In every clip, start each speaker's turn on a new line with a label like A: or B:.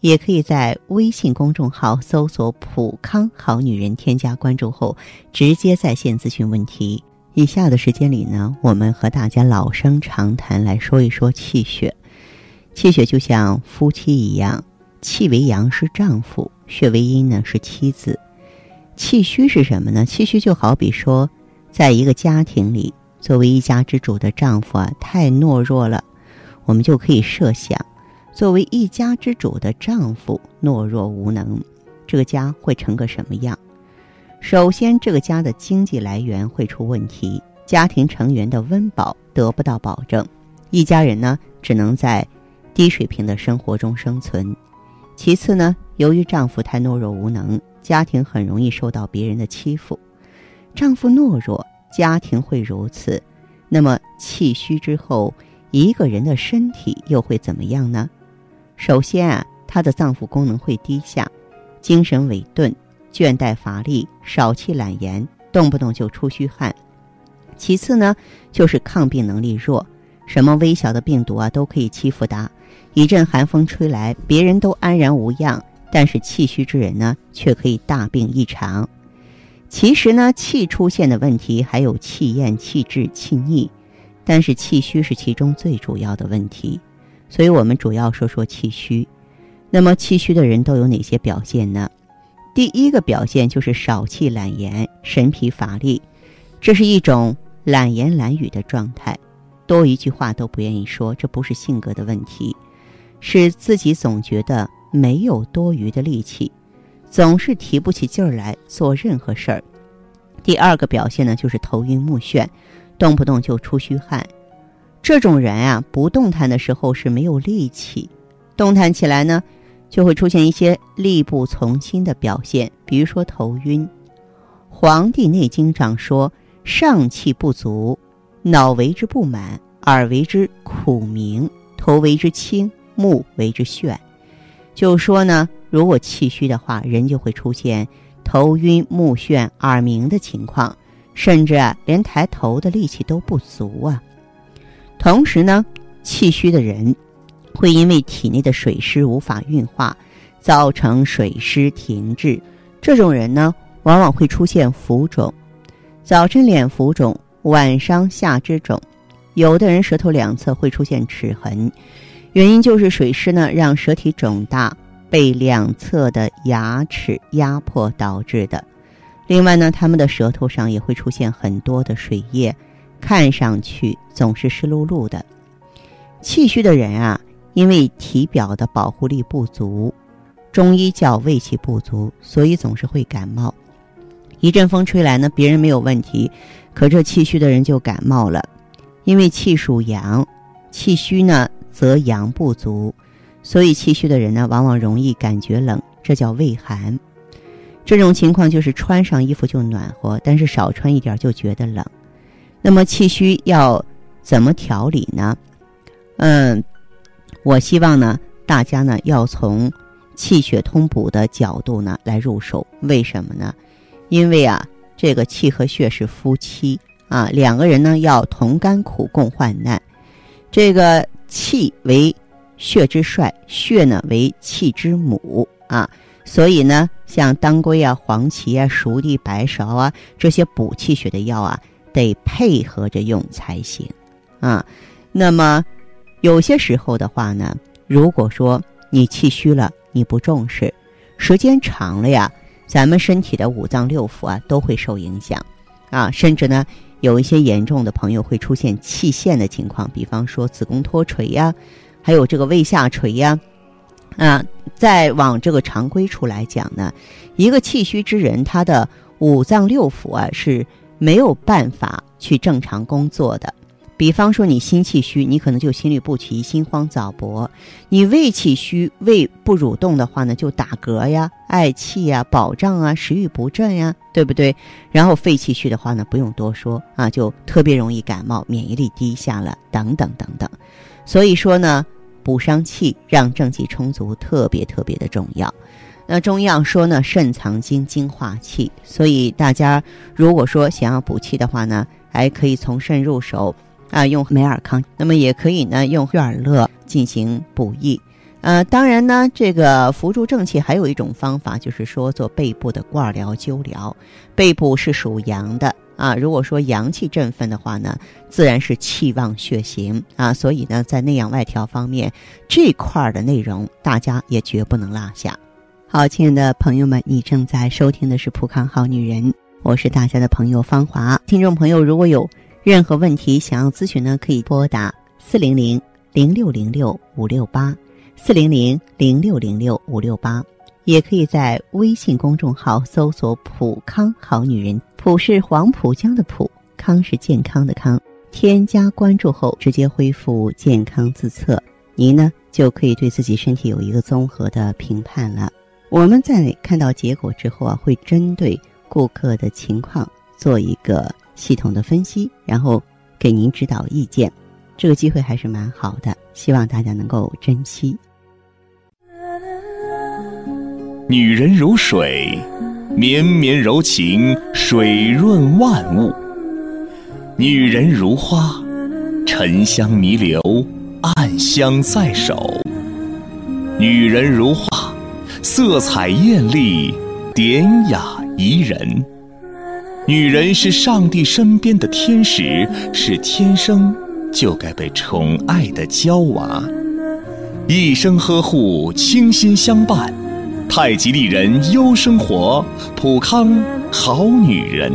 A: 也可以在微信公众号搜索“普康好女人”，添加关注后直接在线咨询问题。以下的时间里呢，我们和大家老生常谈来说一说气血。气血就像夫妻一样，气为阳是丈夫，血为阴呢是妻子。气虚是什么呢？气虚就好比说，在一个家庭里，作为一家之主的丈夫啊，太懦弱了，我们就可以设想，作为一家之主的丈夫懦弱无能，这个家会成个什么样？首先，啊这个家的经济来源会出问题，家庭成员的温饱得不到保证，一家人呢只能在低水平的生活中生存。其次呢，由于丈夫太懦弱无能，家庭很容易受到别人的欺负。丈夫懦弱，家庭会如此，那么气虚之后，一个人的身体又会怎么样呢？首先啊，她的脏腑功能会低下，精神萎顿。倦怠乏力、少气懒言，动不动就出虚汗。其次呢，就是抗病能力弱，什么微小的病毒啊都可以欺负它。一阵寒风吹来，别人都安然无恙，但是气虚之人呢，却可以大病一场。其实呢，气出现的问题还有气厌、气滞、气逆，但是气虚是其中最主要的问题。所以我们主要说说气虚。那么气虚的人都有哪些表现呢？第一个表现就是少气懒言、神疲乏力，这是一种懒言懒语的状态，多一句话都不愿意说。这不是性格的问题，是自己总觉得没有多余的力气，总是提不起劲儿来做任何事儿。第二个表现呢，就是头晕目眩，动不动就出虚汗。这种人啊，不动弹的时候是没有力气，动弹起来呢。就会出现一些力不从心的表现，比如说头晕。《黄帝内经》上说：“上气不足，脑为之不满，耳为之苦鸣，头为之轻，目为之眩。”就说呢，如果气虚的话，人就会出现头晕目眩、耳鸣的情况，甚至啊，连抬头的力气都不足啊。同时呢，气虚的人。会因为体内的水湿无法运化，造成水湿停滞。这种人呢，往往会出现浮肿，早晨脸浮肿，晚上下肢肿。有的人舌头两侧会出现齿痕，原因就是水湿呢让舌体肿大，被两侧的牙齿压迫导致的。另外呢，他们的舌头上也会出现很多的水液，看上去总是湿漉漉的。气虚的人啊。因为体表的保护力不足，中医叫胃气不足，所以总是会感冒。一阵风吹来呢，别人没有问题，可这气虚的人就感冒了。因为气属阳，气虚呢则阳不足，所以气虚的人呢，往往容易感觉冷，这叫胃寒。这种情况就是穿上衣服就暖和，但是少穿一点就觉得冷。那么气虚要怎么调理呢？嗯。我希望呢，大家呢要从气血通补的角度呢来入手。为什么呢？因为啊，这个气和血是夫妻啊，两个人呢要同甘苦共患难。这个气为血之帅，血呢为气之母啊，所以呢，像当归啊、黄芪啊、熟地、白芍啊这些补气血的药啊，得配合着用才行啊。那么。有些时候的话呢，如果说你气虚了，你不重视，时间长了呀，咱们身体的五脏六腑啊都会受影响，啊，甚至呢有一些严重的朋友会出现气陷的情况，比方说子宫脱垂呀、啊，还有这个胃下垂呀、啊，啊，再往这个常规处来讲呢，一个气虚之人，他的五脏六腑啊是没有办法去正常工作的。比方说，你心气虚，你可能就心律不齐、心慌早搏；你胃气虚、胃不蠕动的话呢，就打嗝呀、嗳气呀、饱胀啊、食欲不振呀，对不对？然后肺气虚的话呢，不用多说啊，就特别容易感冒、免疫力低下了，等等等等。所以说呢，补伤气、让正气充足，特别特别的重要。那中药说呢，肾藏精，精化气，所以大家如果说想要补气的话呢，还可以从肾入手。啊，用美尔康，那么也可以呢用悦尔乐进行补益。呃，当然呢，这个扶助正气还有一种方法，就是说做背部的罐疗、灸疗。背部是属阳的啊，如果说阳气振奋的话呢，自然是气旺血行啊，所以呢，在内养外调方面这块儿的内容，大家也绝不能落下。好，亲爱的朋友们，你正在收听的是《浦康好女人》，我是大家的朋友芳华。听众朋友，如果有任何问题想要咨询呢，可以拨打四零零零六零六五六八，四零零零六零六五六八，也可以在微信公众号搜索“普康好女人”，普是黄浦江的浦，康是健康的康。添加关注后，直接恢复健康自测，您呢就可以对自己身体有一个综合的评判了。我们在看到结果之后啊，会针对顾客的情况做一个。系统的分析，然后给您指导意见，这个机会还是蛮好的，希望大家能够珍惜。
B: 女人如水，绵绵柔情水润万物；女人如花，沉香弥留，暗香在手；女人如画，色彩艳丽，典雅宜人。女人是上帝身边的天使，是天生就该被宠爱的娇娃，一生呵护，倾心相伴。太极丽人优生活，普康好女人。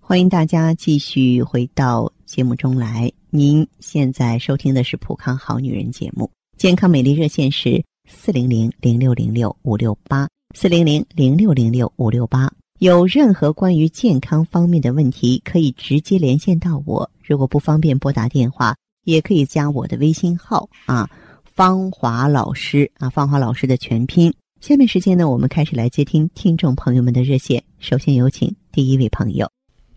A: 欢迎大家继续回到节目中来。您现在收听的是《普康好女人》节目，健康美丽热线是四零零零六零六五六八，四零零零六零六五六八。有任何关于健康方面的问题，可以直接连线到我。如果不方便拨打电话，也可以加我的微信号啊，芳华老师啊，芳华老师的全拼。下面时间呢，我们开始来接听听众朋友们的热线。首先有请第一位朋友。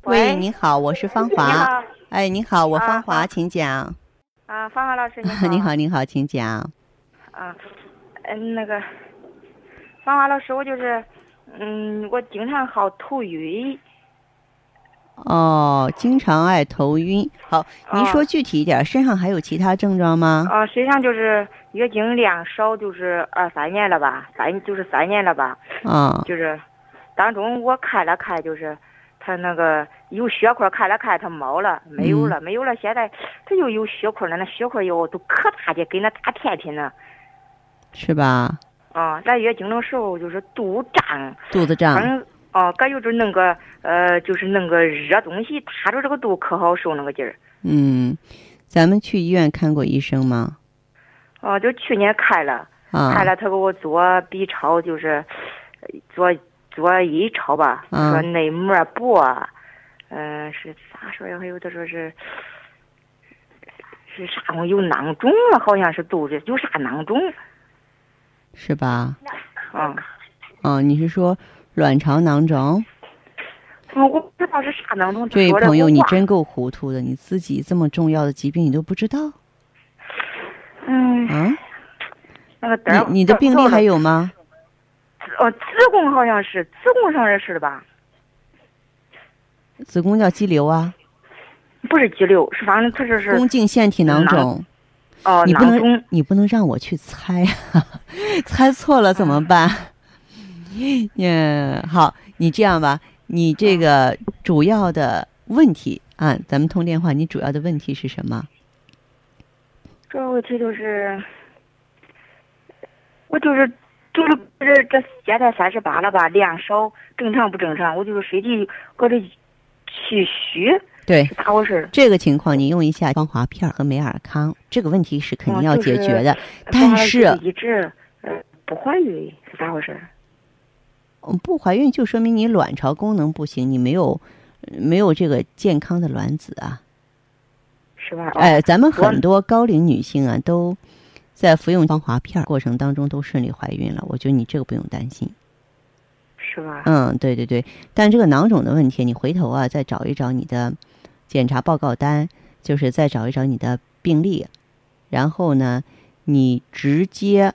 C: 喂
A: 你好，我是芳
C: 你
A: 华。
C: 好，
A: 哎，你好，我芳
C: 啊
A: 华，
C: 好
A: 请讲。
C: 啊，芳华老师，你好，
A: 你好，你好，请讲。
C: 啊，嗯，那个，芳华老师，我就是，嗯，我经常好头晕，
A: 哦，经常爱头晕。好，您
C: 啊
A: 说具体一点，身上还有其他症状吗？
C: 啊，实际上就是月经量少，就是二三年了吧，三就是三年了吧，
A: 啊，
C: 就是，当中我看了看，就是，他那个有血块，看了看，他没了，没有
A: 嗯
C: 了，没有了，现在他又有血块了，那血块哟都可大的，跟那大天天呢，
A: 是吧？
C: 啊，来月经的时候就是肚胀。
A: 肚子胀
C: 反。正哦，感觉就是弄个呃，就是弄个热东西踏着这个肚可好受那个劲儿。
A: 嗯，咱们去医院看过医生吗？
C: 哦，就去年看了，
A: 啊
C: 看，了他给我做 B 超，就是呃做做 E 超吧，
A: 嗯
C: 说内膜薄，嗯、是咋说呀？还有他说是是啥东西有囊肿了，好像是肚子有啥囊肿
A: 是吧？
C: 啊？
A: 啊，你是说卵巢囊肿？
C: 嗯，我不知道是啥囊肿，
A: 这
C: 说
A: 位
C: 的
A: 朋友，
C: 不
A: 你
C: 话
A: 真够糊涂的，你自己这么重要的疾病你都不知道
C: 嗯，哎
A: 啊？
C: 那个嘚儿
A: 你你的
C: 嘚儿
A: 病
C: 到
A: 历
C: 了
A: 还有吗？
C: 哦，子宫好像是子宫上的事儿吧？
A: 子宫叫肌瘤啊，
C: 不是肌瘤，是反正它这是
A: 宫颈腺体囊肿。
C: 哦
A: 你不
C: 囊
A: 能
C: 肿。，
A: 你不能让我去猜啊， 猜错了怎么办？ 嗯，好，你这样吧，你这个主要的问题啊，咱们通电话，你主要的问题是什么？
C: 主要问题就是，我就是就是这这现在三十八了吧，量少，正常不正常？我就是身体搁这气虚，
A: 对
C: 是，咋回事？
A: 这个情况你用一下芳华片儿和美尔康，这个问题是肯定要
C: 哦就是
A: 解决的。
C: 当
A: 但
C: 然
A: 是
C: 一直呃不怀孕，是咋回事？
A: 呃嗯不怀孕就说明你卵巢功能不行，你没有没有这个健康的卵子啊。
D: 是吧？哦
A: 哎，咱们
D: 我
A: 很多高龄女性啊，都在服用芳华片儿过程当中都顺利怀孕了。我觉得你这个不用担心。
D: 是吧？
A: 嗯，对对对，但这个囊肿的问题，你回头啊再找一找你的检查报告单，就是再找一找你的病历，然后呢，你直接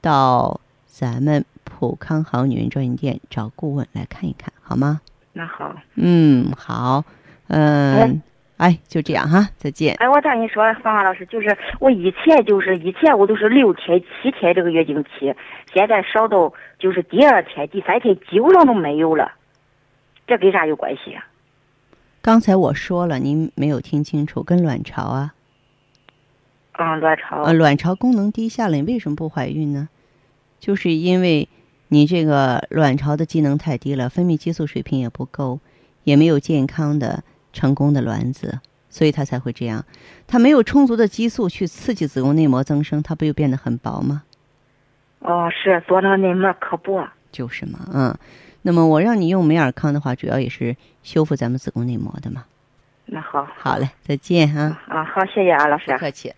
A: 到咱们普康好女人专营店找顾问来看一看，好吗？
D: 那好，
A: 嗯，好，嗯，哎，就这样哈，再见。
D: 哎，我再跟你说，芳华老师，就是我以前就是以前我都是六天七天这个月经期，现在少到就是第二天、第三天基本上都没有了，这跟啥有关系啊？
A: 刚才我说了，您没有听清楚，跟卵巢啊，
D: 嗯，卵
C: 哦
D: 巢
A: 呃，卵巢功能低下了，你为什么不怀孕呢？就是因为你这个卵巢的机能太低了，分泌激素水平也不够，也没有健康的成功的卵子，所以它才会这样。它没有充足的激素去刺激子宫内膜增生，它不就变得很薄吗？
D: 哦是做那个内膜可薄，
A: 就是嘛，嗯。那么我让你用美尔康的话，主要也是修复咱们子宫内膜的嘛。
D: 那好
A: 好嘞，再见啊，
D: 啊好，谢谢啊
C: 嗯
D: 老师
A: 不。客气。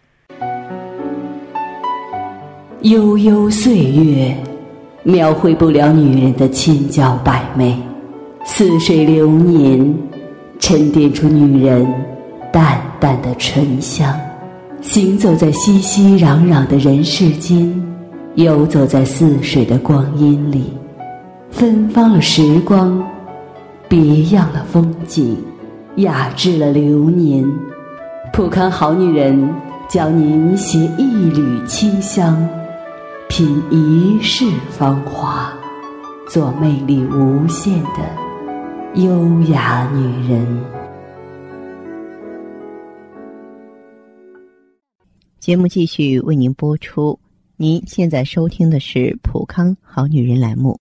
E: 悠悠岁月，描绘不了女人的千娇百媚；似水流年，沉淀出女人淡淡的醇香。行走在熙熙攘攘的人世间，游走在似水的光阴里，芬芳了时光，别样了风景，雅致了流年。普康好女人教您携一缕清香，品一世芳华，做魅力无限的优雅女人。
A: 节目继续为您播出。您现在收听的是《普康好女人》栏目，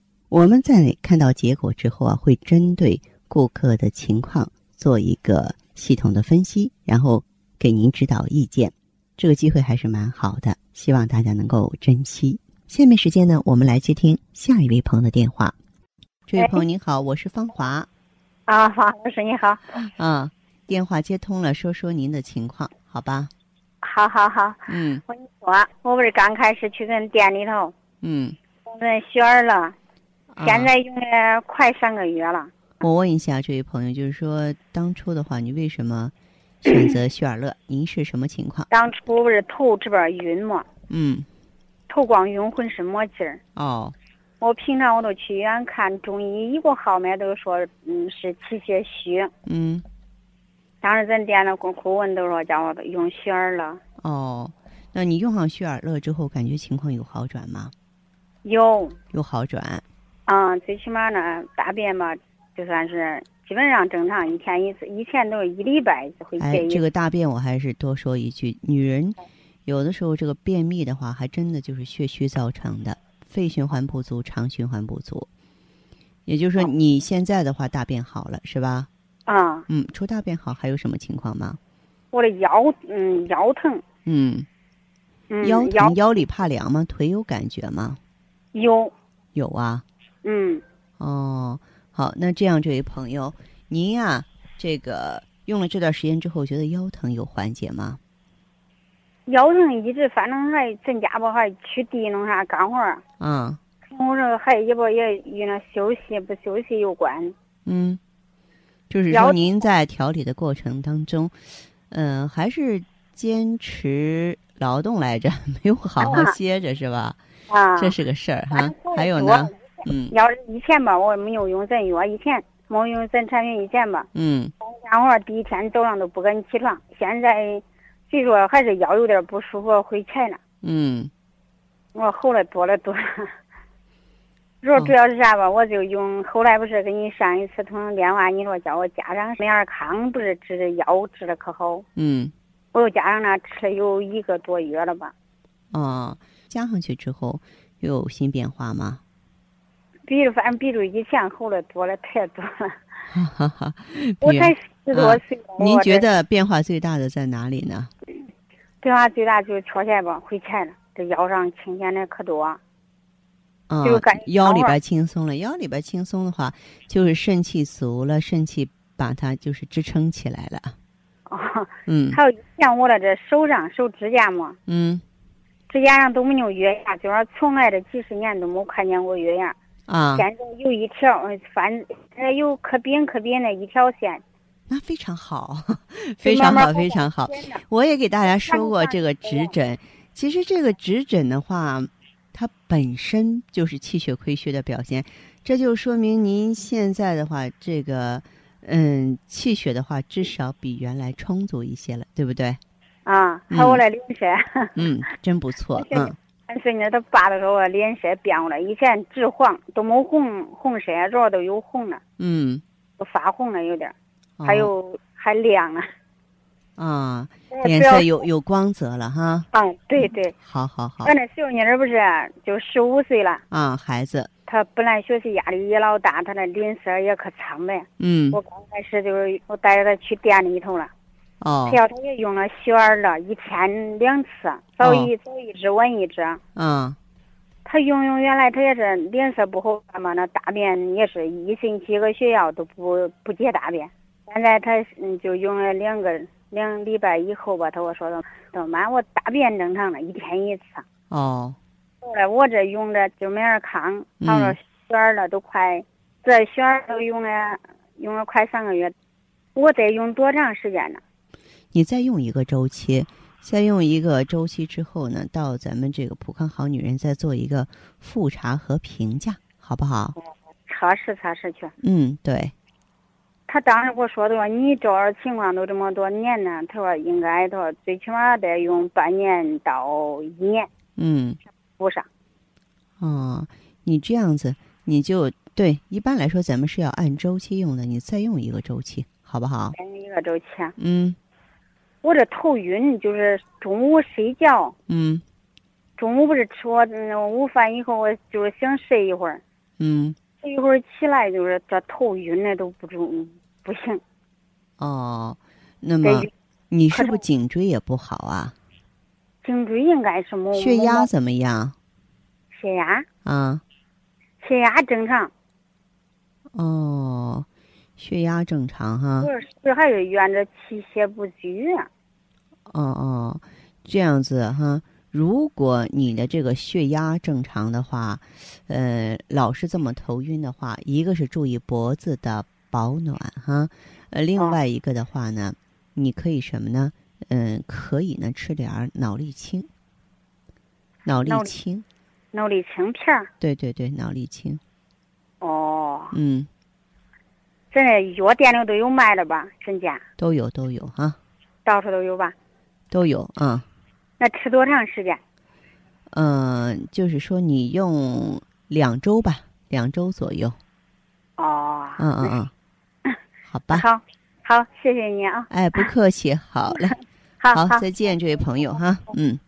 A: 我们在看到结果之后啊，会针对顾客的情况做一个系统的分析，然后给您指导意见。这个机会还是蛮好的，希望大家能够珍惜。下面时间呢，我们来接听下一位朋友的电话。这位朋友您好，我是芳华，
C: 啊，黄老师你好，
A: 啊，电话接通了，说说您的情况，好吧？
C: 好好好，
A: 嗯。
C: 我跟你说，
D: 啊
C: 我不是刚开始去跟店里头
A: 嗯，
C: 用那雪儿了，
A: 啊
C: 现在用了快三个月了。
A: 我问一下这位朋友，就是说当初的话，你为什么选择雪尔乐？您是什么情况？
C: 当初不是头这边晕嘛，
A: 嗯，
C: 头光晕，浑身没劲儿。
A: 哦，
C: 我平常我都去医院看中医，一个号脉都说，嗯，是气血虚。
A: 嗯，
C: 当时咱店的顾顾问都说叫我用雪儿了，
A: 哦，那你用上雪尔乐之后，感觉情况有好转吗？
C: 有，
A: 有好转。
C: 嗯，最起码呢，大便吧，就算是基本上正常，一天一次，以前都是一礼拜会
A: 哎
C: 解，一
A: 这个大便我还是多说一句，女人有的时候这个便秘的话，还真的就是血虚造成的，肺循环不足，肠循环不足。也就是说，你现在的话大便好了是吧？
C: 啊。嗯
A: 嗯，除大便好还有什么情况吗？
C: 我的腰，嗯，腰疼，
A: 嗯，
C: 嗯，
A: 腰
C: 腰
A: 疼腰里怕凉吗？腿有感觉吗？
C: 有，
A: 有啊。
C: 嗯，
A: 哦，好，那这样，这位朋友，您呀、这个用了这段时间之后，觉得腰疼有缓解吗？
C: 腰疼一直，反正还咱家不还去地弄啥干活儿，
A: 啊，
C: 我说还也不也与那休息不休息有关，
A: 嗯，就是
C: 腰
A: 说您在调理的过程当中，嗯、还是坚持劳动来着， 没有好好
C: 啊
A: 歇着是吧？
C: 啊，
A: 这是个事儿
C: 反
A: 哈
C: 正不。
A: 还有
C: 多
A: 呢，，嗯
C: 要是以前吧，我没有用咱药，以前没有用咱产品以前吧，
A: 嗯，
C: 干活儿第一天早上都不敢起床，现在虽说还是腰有点不舒服，会前了，
A: 嗯，
C: 我后来多了多了，如果主要是啥吧，我就用。后来不是跟你上一次通电话，你说叫我加上美尔康，不是治的药治的可好？
A: 嗯，
C: 我又加上那吃了有一个多月了吧，
A: 哦，加上去之后有新变化吗？
C: 比反正比着以前好了多了太多了。
A: 哈哈哈，
C: 我
A: 比
C: 才十多岁，我
A: 啊您
C: 这
A: 觉得变化最大的在哪里呢？
C: 变化啊最大就是缺钱吧，回钱了，这腰上青天的可
A: 嗯
C: 多。
A: 啊、
C: 就是感觉
A: 腰
C: 疼
A: 里
C: 了
A: 边轻松了，腰里边轻松的话，就是肾气足了，肾气把它就是支撑起来了。
C: 哦，
A: 嗯
C: 还有像我的这手上手指甲嘛，
A: 嗯
C: 指甲上都没有月牙，就说从来这几十年都没看见过月牙。
A: 啊，
C: 现在有一条，呃反正呃有可冰可冰的一条线，
A: 那非常好， 非
C: 慢
A: 常
C: 慢
A: 好，
C: 慢
A: 非
C: 慢
A: 常好。
C: 真的
A: 我也给大家说过
C: 慢慢
A: 这个指诊，其实这个指诊的话，它本身就是气血亏虚的表现，这就说明您现在的话，这个嗯气血的话，至少比原来充足一些了，对不 对？
C: 啊，
A: 嗯
C: 还有我的脸色，
A: 嗯，真不错，
C: 谢谢
A: 嗯
C: 俺孙女她爸的时候脸色变过了，以前直黄都没红红色，这会儿都有红了，
A: 嗯，
C: 都发红了有点儿，
A: 哦
C: 还有、还 亮了。
A: 啊，
C: 哎
A: 脸
C: 不要
A: 色有有光泽了哈，
C: 啊，对对，
A: 好好好
C: 俺那小妮儿不是就十五岁了，
A: 啊，孩子，
C: 她本来学习压力也老大，她那脸色也可苍白。
A: 嗯
C: 我刚开始就是我带着她去店里头了，
A: 哦
C: 配药她也用了雪儿了，一天两次，早一早一支晚一支。
A: 嗯
C: 她用用原来她也是脸色不好嘛，那大便也是一星期一个学校都不不解大便。现在她嗯就用了两个两礼拜以后吧，她跟我说的，她说妈我大便正常了，一天一次。
A: 哦
C: 后来我这用着就美尔康，
A: 嗯
C: 到了旋儿了都快，这旋儿都用了用了快三个月，我得用多长时间呢？
A: 你再用一个周期，再用一个周期之后呢，到咱们这个普康好女人再做一个复查和评价，好不好？
C: 测试测试去。
A: 嗯，对，
C: 他当时我说的话，你这样情况都这么多年呢，他说应该，他说最起码得用半年到一年
A: 嗯，
C: 补上。
A: 哦，你这样子，你就对，一般来说咱们是要按周期用的，你再用一个周期，好不好？
C: 前一个周期，
A: 嗯
C: 我这头晕，就是中午睡觉，
A: 嗯
C: 中午不是吃我嗯午饭以后，我就是想睡一会儿，
A: 嗯，
C: 睡一会儿起来就是这头晕的都不中不行。
A: 哦，那
C: 得
A: 么你是
C: 可
A: 不是颈椎也不好啊？
C: 颈椎应该是没
A: 血
C: 没
A: 压
C: 毛
A: 怎么样
C: 血压
A: 啊？
C: 血压正常，
A: 哦，血压正常哈、
C: 不是是还是源着气血不足啊？
A: 哦哦，这样子哈。如果你的这个血压正常的话，呃，老是这么头晕的话，一个是注意脖子的保暖哈，呃，另
C: 哦
A: 外一个的话呢，你可以什么呢？嗯、可以呢吃点儿脑力清，脑力
C: 脑力
A: 清，
C: 脑力清片儿
A: 对对对，脑力清，
C: 哦，
A: 嗯，
C: 真的药店里都有卖的吧？真假
A: 都有都有哈、
C: 到处都有吧？
A: 都有啊。
C: 那吃多长时间？
A: 嗯、就是说你用两周吧，两周左右，
C: 哦，
A: 嗯嗯嗯，好吧。
C: 好，好，谢谢你啊，
A: 哎，不客气，好嘞，
C: 好
A: 好，再见，这位朋友哈，嗯。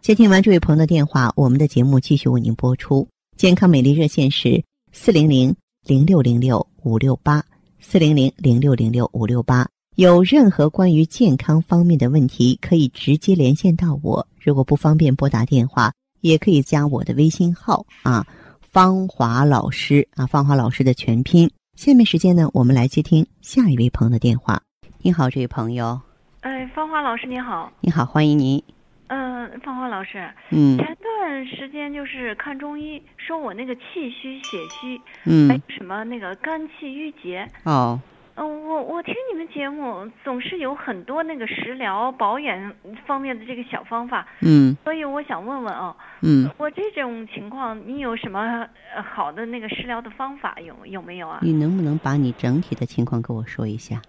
A: 接听完这位朋友的电话，我们的节目继续为您播出。健康美丽热线是四零零零六零六五六八，四零零零六零六五六八。有任何关于健康方面的问题，可以直接连线到我。如果不方便拨打电话，也可以加我的微信号啊，芳华老师啊，芳华老师的全拼。下面时间呢，我们来接听下一位朋友的电话。你好，这位朋友，
F: 哎，芳华老师你好，
A: 你好，欢迎您。
F: 嗯、芳华老师，
A: 嗯
F: 前段时间就是看中医，说我那个气虚血虚，还
A: 嗯
F: 有，什么那个肝气郁结，
A: 哦，
F: 嗯、我我听你们节目总是有很多那个食疗保养方面的这个小方法，
A: 嗯
F: 所以我想问问啊，
A: 嗯，
F: 我这种情况你有什么呃好的那个食疗的
A: 嗯
F: 方法有有没有啊？
A: 你能不能把你整体的情况给我说一下？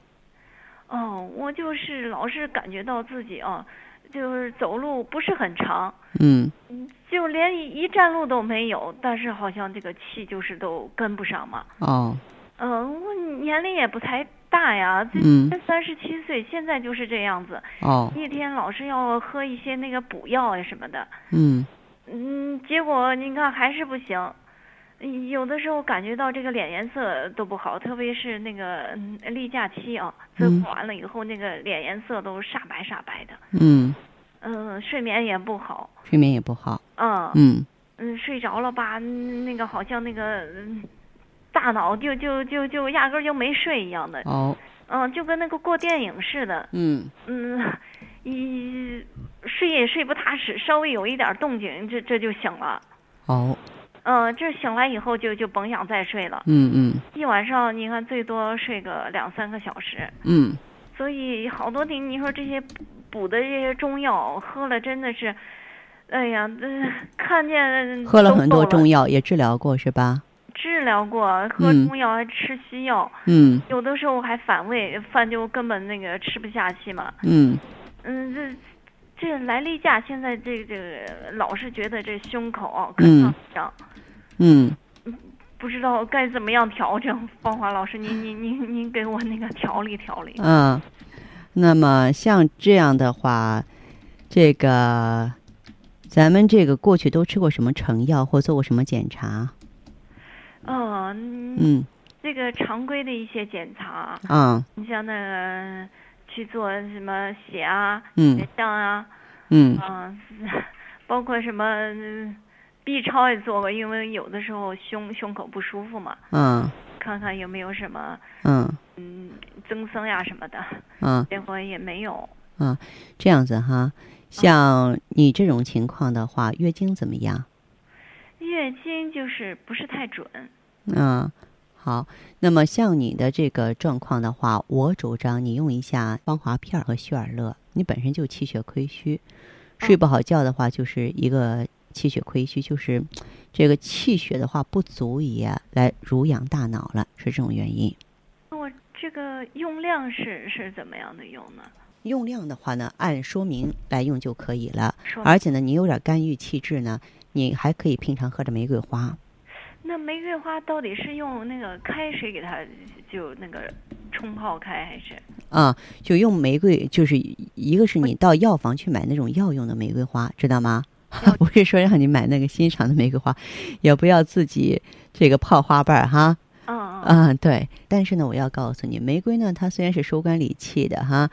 F: 哦，我就是老是感觉到自己啊，就是走路不是很长，
A: 嗯
F: 就连一一站路都没有，但是好像这个气就是都跟不上嘛。
A: 哦
F: 嗯、我年龄也不才大呀，这
A: 嗯
F: 三十七岁，现在就是这样子，
A: 哦
F: 一天老是要喝一些那个补药呀啊什么的。
A: 嗯
F: 嗯，结果你看还是不行。嗯有的时候感觉到这个脸颜色都不好，特别是那个嗯例假期啊，自
A: 嗯
F: 过完了以后，那个脸颜色都煞白煞白的。
A: 嗯，
F: 嗯，睡眠也不好。
A: 睡眠也不好。
F: 嗯
A: 嗯
F: 嗯，睡着了吧，嗯那个好像那个嗯大脑就就就就压根儿就没睡一样的。
A: 哦
F: 嗯，就跟那个过电影似的。
A: 嗯
F: 嗯，一睡也睡不踏实，稍微有一点动静，这这就醒了。
A: 哦
F: 嗯，这醒来以后就就甭想再睡了，
A: 嗯嗯
F: 一晚上你看最多睡个两三个小时，
A: 嗯
F: 所以好多的你说这些补补的这些中药喝了真的是，哎呀，这看见
A: 喝了
F: 都
A: 很多
F: 够
A: 中药，也治疗过是吧？
F: 治疗过，喝
A: 嗯
F: 中药还吃西药，
A: 嗯
F: 有的时候还反胃，饭就根本那个吃不下去嘛。
A: 嗯
F: 嗯，这这来例假，现在这这个老是觉得这胸口啊
A: 嗯
F: 跟上涨，
A: 嗯，
F: 不知道该怎么样调整。芳华老师，您您您您给我那个调理调理。
A: 嗯，那么像这样的话，这个咱们这个过去都吃过什么成药或做过什么检查？
F: 嗯，
A: 嗯
F: 这个常规的一些检查，
A: 啊
F: 你像那个去做什么血啊、
A: 嗯
F: 血样啊，
A: 嗯
F: 嗯，包括什么嗯 B 超也做过，因为有的时候胸胸口不舒服嘛，
A: 嗯
F: 看看有没有什么
A: 嗯
F: 增生呀什么的，
A: 嗯，
F: 结果也没有。
A: 这样子哈。像你这种情况的话，月经怎么样？
F: 月经就是不是太准，
A: 嗯，好。那么像你的这个状况的话，我主张你用一下芳华片儿和旭尔乐。你本身就气血亏虚，睡不好觉的话，就是一个气血亏虚，就是这个气血的话不足以、啊、来濡养大脑了，是这种原因。
F: 那我这个用量是是怎么样的用呢？
A: 用量的话呢，按说明来用就可以了。
F: 说
A: 而且呢，你有点肝郁气滞呢，你还可以平常喝着玫瑰花。
F: 那玫瑰花到底是用那个开水给它就那个冲泡开，还是
A: 啊，就用玫瑰，就是一个是你到药房去买那种药用的玫瑰花，知道吗？ 不是说让你买那个欣赏的玫瑰花，也不要自己这个泡花瓣儿哈。
F: 嗯嗯
A: 啊，对。但是呢，我要告诉你，玫瑰呢，它虽然是疏肝理气的哈，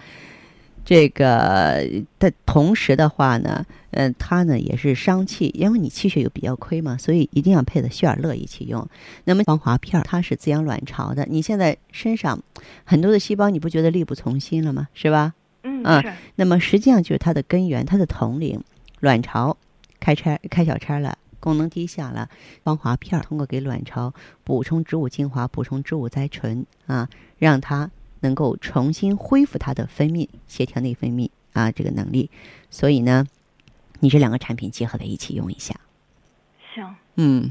A: 这个但同时的话呢，嗯、它呢也是伤气，因为你气血有比较亏嘛，所以一定要配的血尔乐一起用。那么防滑片儿它是滋养卵巢的，你现在身上很多的细胞，你不觉得力不从心了吗？是吧？
F: 嗯
A: 啊
F: 是
A: 那么实际上就是它的根源，它的统领，卵巢开拆开小差了，功能低下了，防滑片儿通过给卵巢补充植物精华、补充植物甾醇啊，让它能够重新恢复它的分泌、协调内分泌啊这个能力。所以呢，你这两个产品结合在一起用一下，
F: 行，
A: 嗯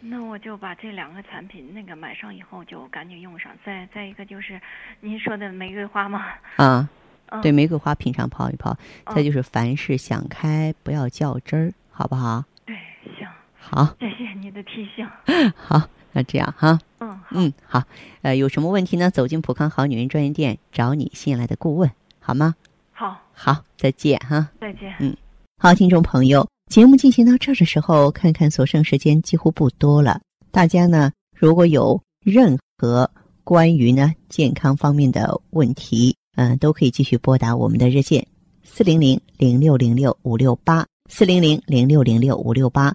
F: 那我就把这两个产品那个买上以后就赶紧用上。再再一个就是您说的玫瑰花嘛，
A: 啊，
F: 嗯
A: 对，玫瑰花平常泡一泡。再
F: 嗯
A: 就是凡事想开，不要较真儿，好不好？
F: 对，行，
A: 好，
F: 谢谢你的提醒。
A: 好，那这样哈。
F: 嗯，好，
A: 嗯，好，呃，有什么问题呢？走进普康好女人专营店，找你信赖的顾问，好吗？
F: 好，
A: 好，再见哈、
F: 再见。
A: 好，听众朋友，节目进行到这儿的时候，看看所剩时间几乎不多了。大家呢，如果有任何关于呢健康方面的问题，嗯、都可以继续拨打我们的热线四零零零六零六五六八四零零零六零六五六八，